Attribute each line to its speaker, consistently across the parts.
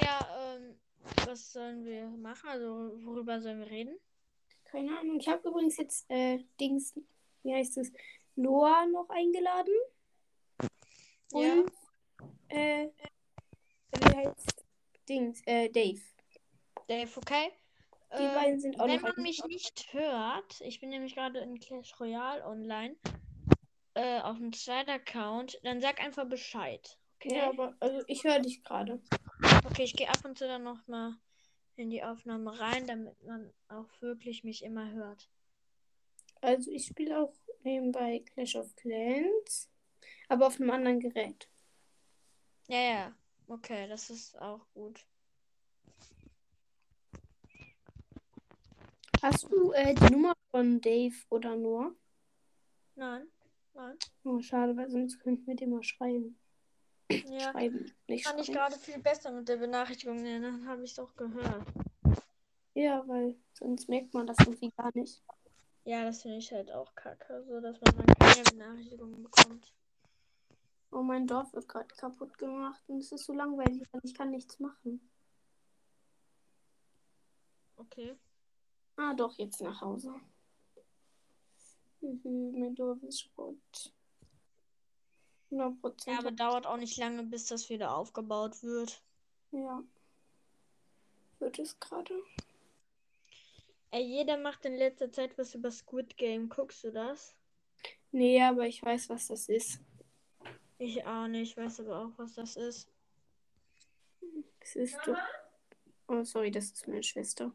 Speaker 1: Ähm, was sollen wir machen? Also, worüber sollen wir reden?
Speaker 2: Keine Ahnung. Ich habe übrigens jetzt äh, Dings, wie heißt es, Noah noch eingeladen. Und äh, wie heißt Dings, äh, Dave.
Speaker 1: Dave, okay? Äh,
Speaker 2: Die beiden sind auch
Speaker 1: Wenn
Speaker 2: noch
Speaker 1: man mich nicht hört, ich bin nämlich gerade in Clash Royale online äh, auf dem zweiten Account, dann sag einfach Bescheid. Okay,
Speaker 2: Ja, aber also ich höre dich gerade.
Speaker 1: okay ich gehe ab und zu dann nochmal in die Aufnahme rein, damit man auch wirklich mich immer hört.
Speaker 2: Also ich spiele auch nebenbei Clash of Clans, aber auf einem anderen Gerät.
Speaker 1: Ja, ja, okay, das ist auch gut.
Speaker 2: Hast du äh, die Nummer von Dave oder Noah?
Speaker 1: Nein, nein.
Speaker 2: Oh, schade, weil sonst könnten wir dir mal schreiben.
Speaker 1: Ja,
Speaker 2: Schreiben, nicht
Speaker 1: fand ich
Speaker 2: schreiben.
Speaker 1: gerade viel besser mit der Benachrichtigung, ja, dann habe ich es auch gehört.
Speaker 2: Ja, weil sonst merkt man das irgendwie gar nicht.
Speaker 1: Ja, das finde ich halt auch kacke, so dass man dann keine Benachrichtigung bekommt.
Speaker 2: Oh, mein Dorf wird gerade kaputt gemacht und es ist so langweilig, weil ich kann nichts machen.
Speaker 1: Okay.
Speaker 2: Ah, doch, jetzt nach Hause. Mhm, mein Dorf ist rot. 100
Speaker 1: Ja,
Speaker 2: Prozent.
Speaker 1: aber dauert auch nicht lange, bis das wieder aufgebaut wird.
Speaker 2: Ja. Wird es gerade?
Speaker 1: Ey, jeder macht in letzter Zeit was über Squid Game. Guckst du das?
Speaker 2: Nee, aber ich weiß, was das ist.
Speaker 1: Ich auch nicht, weiß aber auch, was das ist.
Speaker 2: Es ist doch. Oh, sorry, das ist meine Schwester.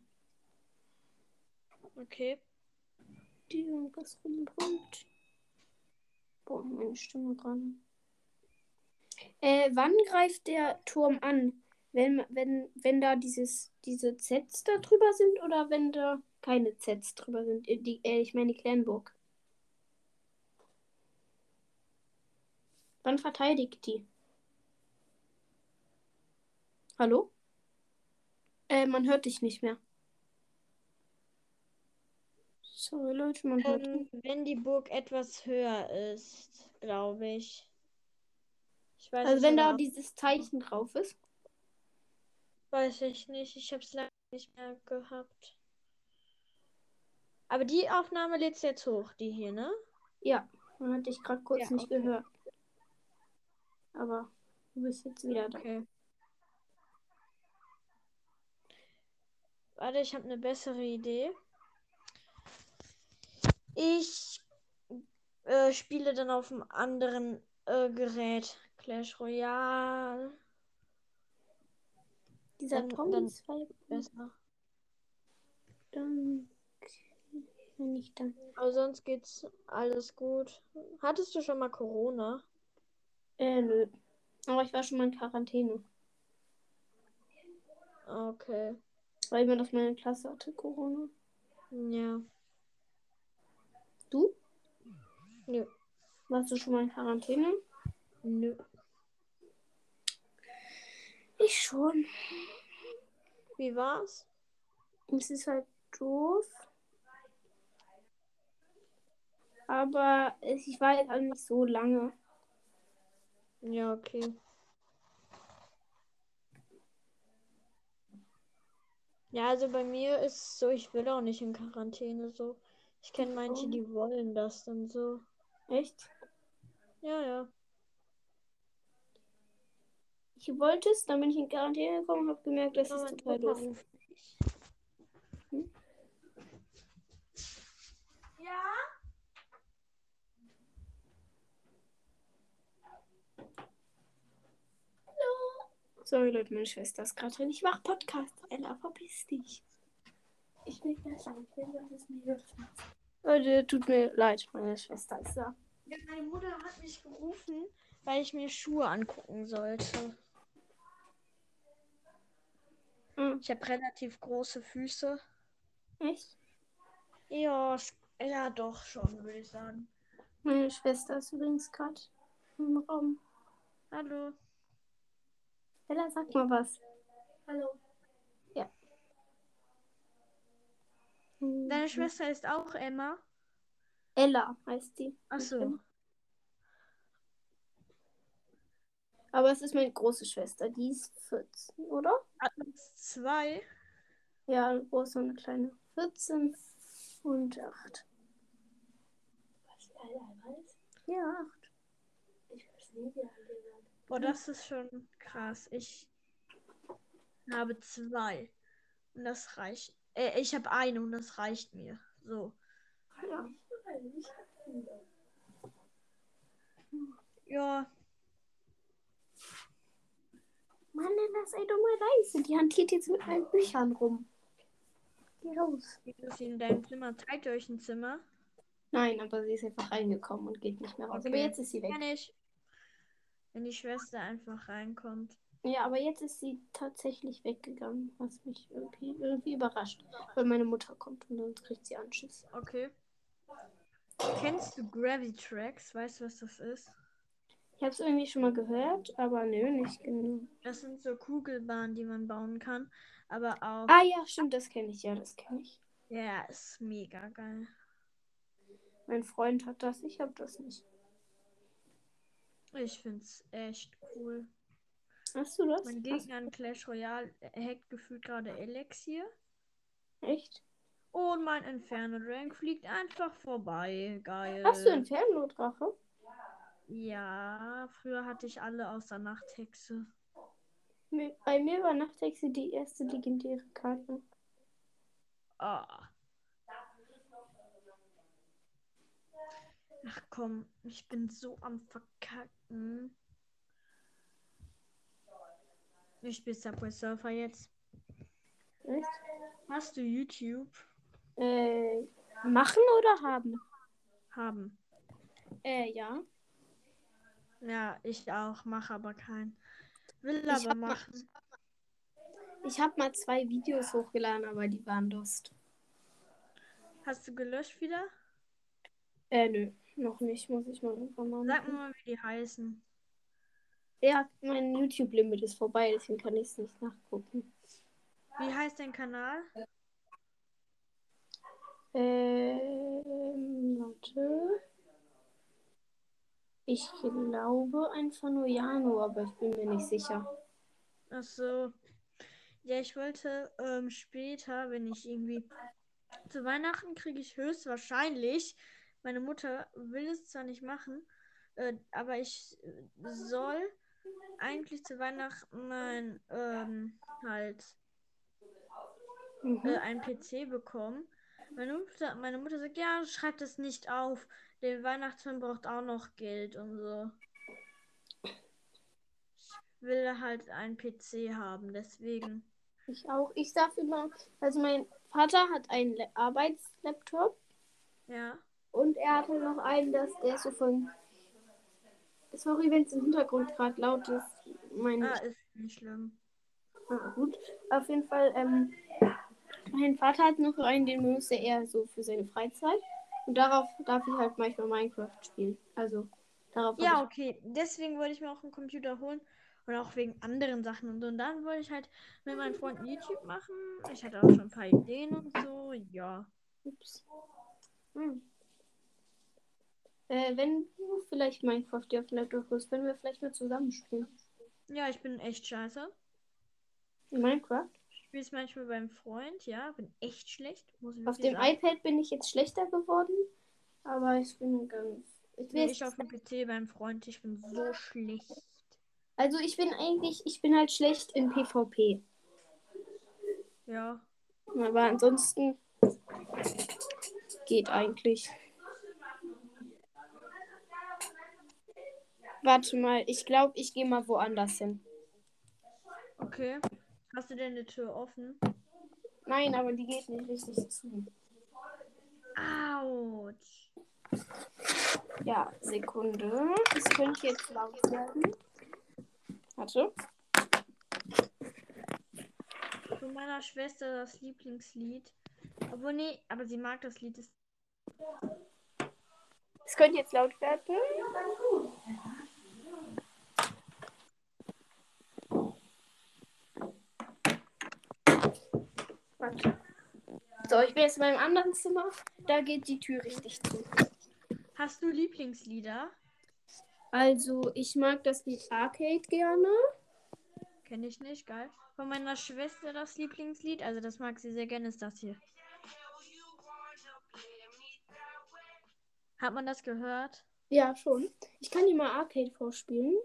Speaker 1: Okay.
Speaker 2: Die irgendwas rumbrummt. Boah, meine Stimme gerade. Äh, wann greift der Turm an? Wenn, wenn, wenn da dieses, diese Zs da drüber sind oder wenn da keine Zs drüber sind? Äh, Die, äh, ich meine die Clanburg. Wann verteidigt die? Hallo? Äh, man hört dich nicht mehr. Sorry, Leute, man hört
Speaker 1: Ähm, wenn die Burg etwas höher ist, glaube ich. Ich weiß
Speaker 2: Also
Speaker 1: es
Speaker 2: wenn da
Speaker 1: aber auch-
Speaker 2: dieses Zeichen drauf ist.
Speaker 1: weiß ich nicht. Ich habe es lange nicht mehr gehabt. Aber die Aufnahme lädst du jetzt hoch, die hier, ne?
Speaker 2: Ja, man hat dich gerade kurz
Speaker 1: Ja,
Speaker 2: nicht gehört. Aber du bist jetzt wieder da.
Speaker 1: Okay. Warte, ich habe eine bessere Idee. Ich äh, spiele dann auf einem anderen äh, Gerät Clash Royale.
Speaker 2: Dieser
Speaker 1: Dann-
Speaker 2: Tom
Speaker 1: dann-
Speaker 2: ist weit
Speaker 1: Besser.
Speaker 2: dann wenn ich dann.
Speaker 1: Aber sonst geht's alles gut. Hattest du schon mal Corona?
Speaker 2: Äh, nö. Aber ich war schon mal in Quarantäne,
Speaker 1: Okay.
Speaker 2: weil mir das meine Klasse hatte, Corona.
Speaker 1: Ja.
Speaker 2: Du?
Speaker 1: Nö.
Speaker 2: Warst du schon mal in Quarantäne?
Speaker 1: Nö.
Speaker 2: Ich schon.
Speaker 1: Wie war's?
Speaker 2: Es ist halt doof. Aber es- ich war jetzt auch nicht so lange.
Speaker 1: Ja, okay. Ja, also bei mir ist es so, ich will auch nicht in Quarantäne so. Ich kenne manche, die wollen das dann so.
Speaker 2: Echt?
Speaker 1: Ja, ja.
Speaker 2: Ich wollte es, dann bin ich in Quarantäne gekommen und habe gemerkt, das ist
Speaker 1: Moment,
Speaker 2: total
Speaker 1: guck mal
Speaker 2: doof.
Speaker 1: an.
Speaker 2: Hm?
Speaker 1: Ja?
Speaker 2: Sorry, Leute, meine Schwester ist gerade drin. Ich mache Podcast. Ella, verpiss dich. Ich will gleich an. Ich will, dass es mir hilft. Leute, tut mir leid, meine Schwester ist da.
Speaker 1: Ja, meine Mutter hat mich gerufen, weil ich mir Schuhe angucken sollte.
Speaker 2: Hm,
Speaker 1: Ich habe relativ große Füße.
Speaker 2: echt?
Speaker 1: Ja, es- ja, doch schon, würde ich sagen.
Speaker 2: Meine Schwester ist übrigens gerade im Raum.
Speaker 1: Hallo.
Speaker 2: Ella, sag mal was.
Speaker 1: Hallo.
Speaker 2: Hm,
Speaker 1: Deine Schwester ist auch Emma. Mhm.
Speaker 2: Ella heißt die.
Speaker 1: Ach so.
Speaker 2: Aber es ist meine große Schwester, die ist 14, oder?
Speaker 1: Zwei.
Speaker 2: Ja, eine große und eine kleine. 14 und 8.
Speaker 3: Was, Alter, was?
Speaker 2: Ja, 8.
Speaker 3: Ich hab's nie gelernt.
Speaker 1: Boah, das ist schon krass. Ich habe zwei. Und das reicht. Äh, ich habe eine und das reicht mir. So.
Speaker 2: Ah, Ja.
Speaker 3: Ich hab ihn doch.
Speaker 1: Ja.
Speaker 2: Mann, das ist eine dumme Reise. Die hantiert jetzt mit meinen Büchern rum. Geh raus.
Speaker 1: Wie ist sie in deinem Zimmer? Zeigt ihr euch ein Zimmer?
Speaker 2: Nein, aber sie ist einfach reingekommen und geht nicht mehr raus.
Speaker 1: Okay.
Speaker 2: Aber jetzt ist sie weg.
Speaker 1: Kann ich. Wenn die Schwester einfach reinkommt.
Speaker 2: Ja, aber jetzt ist sie tatsächlich weggegangen, was mich irgendwie, irgendwie überrascht. Weil meine Mutter kommt und sonst kriegt sie Anschiss.
Speaker 1: Okay. Kennst du Gravity Tracks? Weißt du, was das ist?
Speaker 2: Ich habe es irgendwie schon mal gehört, aber nö, nicht genau. genug.
Speaker 1: Das sind so Kugelbahnen, die man bauen kann. Aber auch.
Speaker 2: Ah ja, stimmt, das kenne ich. Ja, das kenne ich.
Speaker 1: Ja, ist mega geil.
Speaker 2: Mein Freund hat das, ich habe das nicht.
Speaker 1: Ich find's echt cool.
Speaker 2: Hast du das?
Speaker 1: Mein
Speaker 2: Hast,
Speaker 1: Gegner in Clash Royale hackt gefühlt gerade Elixier.
Speaker 2: echt?
Speaker 1: Und mein Inferno Rank fliegt einfach vorbei. Geil.
Speaker 2: Hast du Inferno-Drache?
Speaker 1: Ja, früher hatte ich alle außer Nachthexe.
Speaker 2: Mi- Bei mir war Nachthexe die erste legendäre Karte.
Speaker 1: Ah. Ach komm, ich bin so am Verkacken. Ich spiele Subway Surfer jetzt.
Speaker 2: Echt?
Speaker 1: Hast du YouTube?
Speaker 2: Äh, machen oder haben?
Speaker 1: Haben.
Speaker 2: Äh, ja.
Speaker 1: Ja, ich auch. Mache aber keinen. Will
Speaker 2: Ich
Speaker 1: aber
Speaker 2: hab mal-
Speaker 1: machen.
Speaker 2: Ich habe mal zwei Videos hochgeladen, aber die waren Lust.
Speaker 1: Hast du gelöscht wieder?
Speaker 2: Äh, nö. Noch nicht, muss ich mal irgendwann mal
Speaker 1: Sag mir
Speaker 2: machen.
Speaker 1: mal, wie die heißen.
Speaker 2: Ja, mein YouTube-Limit ist vorbei, deswegen kann ich es nicht nachgucken.
Speaker 1: Wie heißt dein Kanal?
Speaker 2: Ähm, warte. Ich glaube einfach nur Januar, aber ich bin mir nicht sicher.
Speaker 1: Ach so. Ja, ich wollte ähm, später, wenn ich irgendwie zu Weihnachten kriege ich höchstwahrscheinlich. Meine Mutter will es zwar nicht machen, äh, aber ich äh, soll eigentlich zu Weihnachten mein ähm, halt äh,
Speaker 2: Mhm.
Speaker 1: einen PC bekommen. Meine Mutter, meine Mutter sagt, ja, schreib das nicht auf. Der Weihnachtsmann braucht auch noch Geld und so. Ich will halt einen PC haben, deswegen.
Speaker 2: Ich auch. Ich darf immer, also mein Vater hat einen Le- Arbeitslaptop
Speaker 1: Ja.
Speaker 2: und er hatte noch einen, das, der ist so von. Sorry, wenn es im Hintergrund gerade laut ist. Mein
Speaker 1: Ah, ist nicht schlimm.
Speaker 2: Ah, gut. Auf jeden Fall, ähm, mein Vater hat noch einen, den benutzt er eher so für seine Freizeit. Und darauf darf ich halt manchmal Minecraft spielen. Also, darauf hab
Speaker 1: Ja, okay. Deswegen wollte ich mir auch einen Computer holen. Und auch wegen anderen Sachen und so. Und dann wollte ich halt mit meinen Freunden YouTube machen. Ich hatte auch schon ein paar Ideen und so. Ja.
Speaker 2: ich. Ups. Hm. Äh, wenn du vielleicht Minecraft dir auf dem Laptop holst, wenn wir vielleicht mal zusammen spielen.
Speaker 1: Ja, ich bin echt scheiße.
Speaker 2: Minecraft?
Speaker 1: Ich spiele es manchmal beim Freund, ja. Bin echt schlecht. Muss ich
Speaker 2: Auf
Speaker 1: wirklich
Speaker 2: dem
Speaker 1: sagen.
Speaker 2: iPad bin ich jetzt schlechter geworden, aber ich bin ganz. Ich
Speaker 1: Nee,
Speaker 2: will
Speaker 1: ich auf dem PC beim Freund. Ich bin so schlecht.
Speaker 2: also ich bin eigentlich, ich bin halt schlecht in PvP.
Speaker 1: Ja.
Speaker 2: Aber ansonsten geht eigentlich. Warte mal, ich glaube, ich gehe mal woanders hin.
Speaker 1: Okay. Hast du denn die Tür offen?
Speaker 2: Nein, aber die geht nicht richtig zu.
Speaker 1: Autsch.
Speaker 2: Ja, Sekunde. Es könnte jetzt laut werden. Warte.
Speaker 1: Von meiner Schwester das Lieblingslied. Obwohl, nee, aber sie mag das Lied. Das
Speaker 2: Es könnte jetzt laut werden. Warte. So, ich bin jetzt in meinem anderen Zimmer. Da geht die Tür richtig zu.
Speaker 1: Hast du Lieblingslieder?
Speaker 2: Also, ich mag das Lied Arcade gerne.
Speaker 1: Kenne ich nicht, geil. Von meiner Schwester das Lieblingslied, also das mag sie sehr gerne, ist das hier. Hat man das gehört?
Speaker 2: Ja, schon. Ich kann dir mal Arcade vorspielen.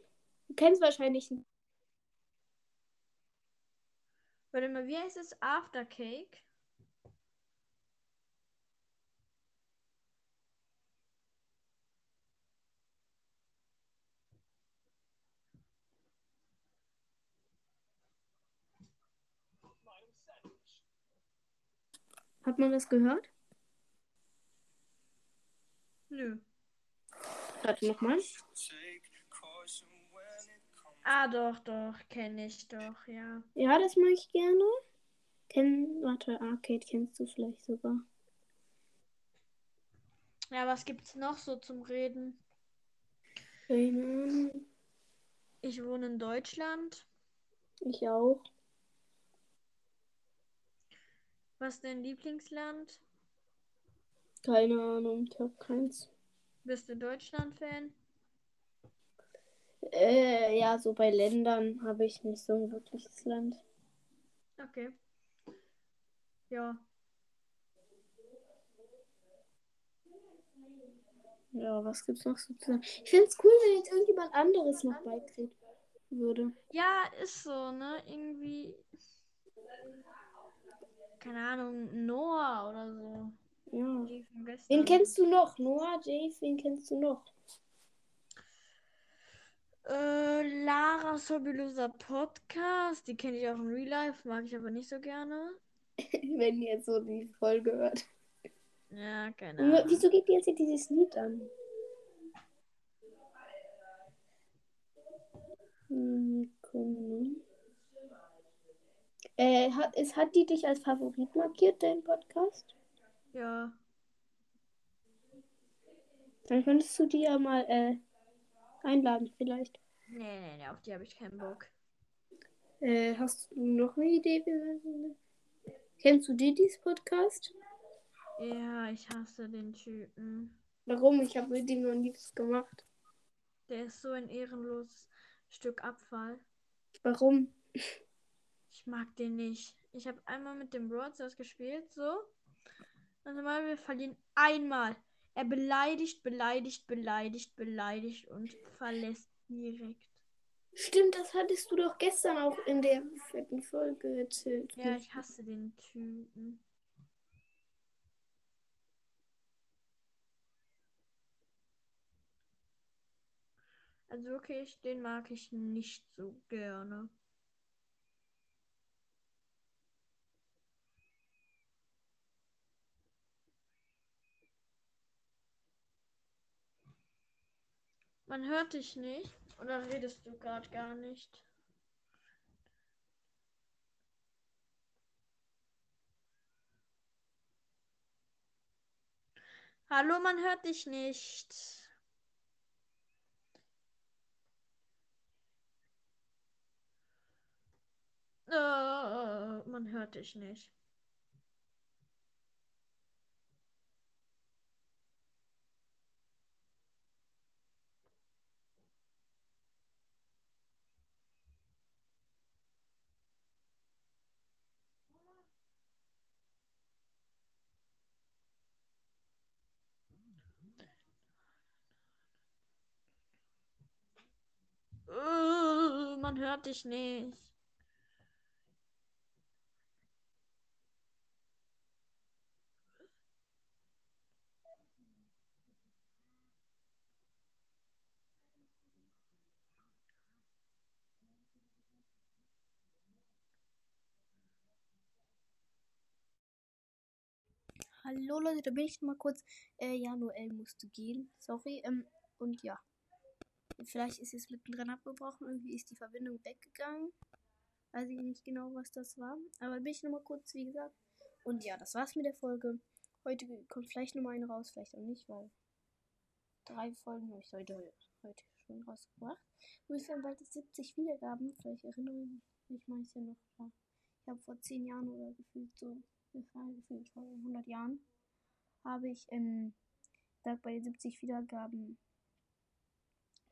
Speaker 2: Du kennst wahrscheinlich nicht.
Speaker 1: Warte mal, wie heißt es? Aftercake?
Speaker 2: Hat man das gehört?
Speaker 1: Nö.
Speaker 2: Warte nochmal.
Speaker 1: Ah, doch, doch, kenne ich doch, ja.
Speaker 2: Ja, das mag ich gerne. Kenn, warte, Arcade kennst du vielleicht sogar.
Speaker 1: Ja, was gibt's noch so zum Reden?
Speaker 2: Keine Ahnung.
Speaker 1: Ich wohne in Deutschland.
Speaker 2: Ich auch.
Speaker 1: Was ist dein Lieblingsland?
Speaker 2: Keine Ahnung, ich hab keins.
Speaker 1: Bist du Deutschland-Fan?
Speaker 2: Äh, ja, so bei Ländern habe ich nicht so ein wirkliches Land.
Speaker 1: Okay. Ja.
Speaker 2: Ja, was gibt's noch so zu sagen? Ich find's cool, wenn jetzt irgendjemand anderes noch beitreten würde.
Speaker 1: Ja, ist so, ne? Irgendwie. Keine Ahnung, Noah oder so.
Speaker 2: Ja.
Speaker 1: Die von gestern.
Speaker 2: Wen kennst du noch? Noah, Jave, wen kennst du noch?
Speaker 1: Äh, Lara Sobilosa Podcast. Die kenne ich auch in Real Life, mag ich aber nicht so gerne.
Speaker 2: wenn ihr jetzt so die Folge hört.
Speaker 1: Ja, keine
Speaker 2: Nur,
Speaker 1: Ahnung.
Speaker 2: wieso geht ihr jetzt hier dieses Lied an? Hm, komm, ne? Äh, hat, ist, hat die dich als Favorit markiert, dein Podcast?
Speaker 1: Ja.
Speaker 2: Dann könntest du die ja mal äh, einladen, vielleicht.
Speaker 1: Nee, nee, nee, auf die habe ich keinen Bock.
Speaker 2: Äh, hast du noch eine Idee? Kennst du Didis Podcast?
Speaker 1: Ja, ich hasse den Typen.
Speaker 2: Warum? Ich habe mit ihm noch nichts gemacht.
Speaker 1: Der ist so ein ehrenloses Stück Abfall.
Speaker 2: Warum?
Speaker 1: Ich mag den nicht. Ich habe einmal mit dem Broadstars gespielt, so. Und mal, wir verlieren einmal. Er beleidigt, beleidigt, beleidigt, beleidigt und verlässt direkt.
Speaker 2: Stimmt, das hattest du doch gestern auch in der vierten Folge erzählt.
Speaker 1: Ja, ich hasse den Typen. Also wirklich, den mag ich nicht so gerne. Man hört dich nicht oder redest du gerade gar nicht? Hallo, man hört dich nicht. Äh, man hört dich nicht. Äh, man hört dich nicht.
Speaker 2: Hallo Leute, da bin ich mal kurz. Äh, ja, Noel musste gehen. Sorry. Ähm, und ja. Vielleicht ist es mittendrin abgebrochen. Irgendwie ist die Verbindung weggegangen. Weiß ich nicht genau, was das war. Aber bin ich nochmal kurz, wie gesagt. Und ja, das war's mit der Folge. Heute kommt vielleicht nochmal eine raus, vielleicht auch nicht, weil drei Folgen habe ich heute, heute schon rausgebracht. Wir haben bald 70 Wiedergaben. Vielleicht erinnere ich mich, ich meine es ja noch. ja. Ich habe vor zehn Jahren oder gefühlt so gefallen, gefühlt vor 100 Jahren, habe ich ähm, da bei den 70 Wiedergaben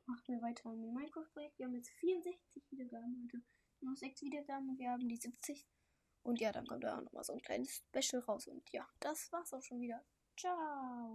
Speaker 2: machen wir weiter mit dem Minecraft-Projekt. Wir haben jetzt 64 Wiedergaben, Leute. Noch 6 Wiedergaben und wir haben die 70. Und ja, dann kommt da auch nochmal so ein kleines Special raus. Und ja, das war's auch schon wieder. Ciao.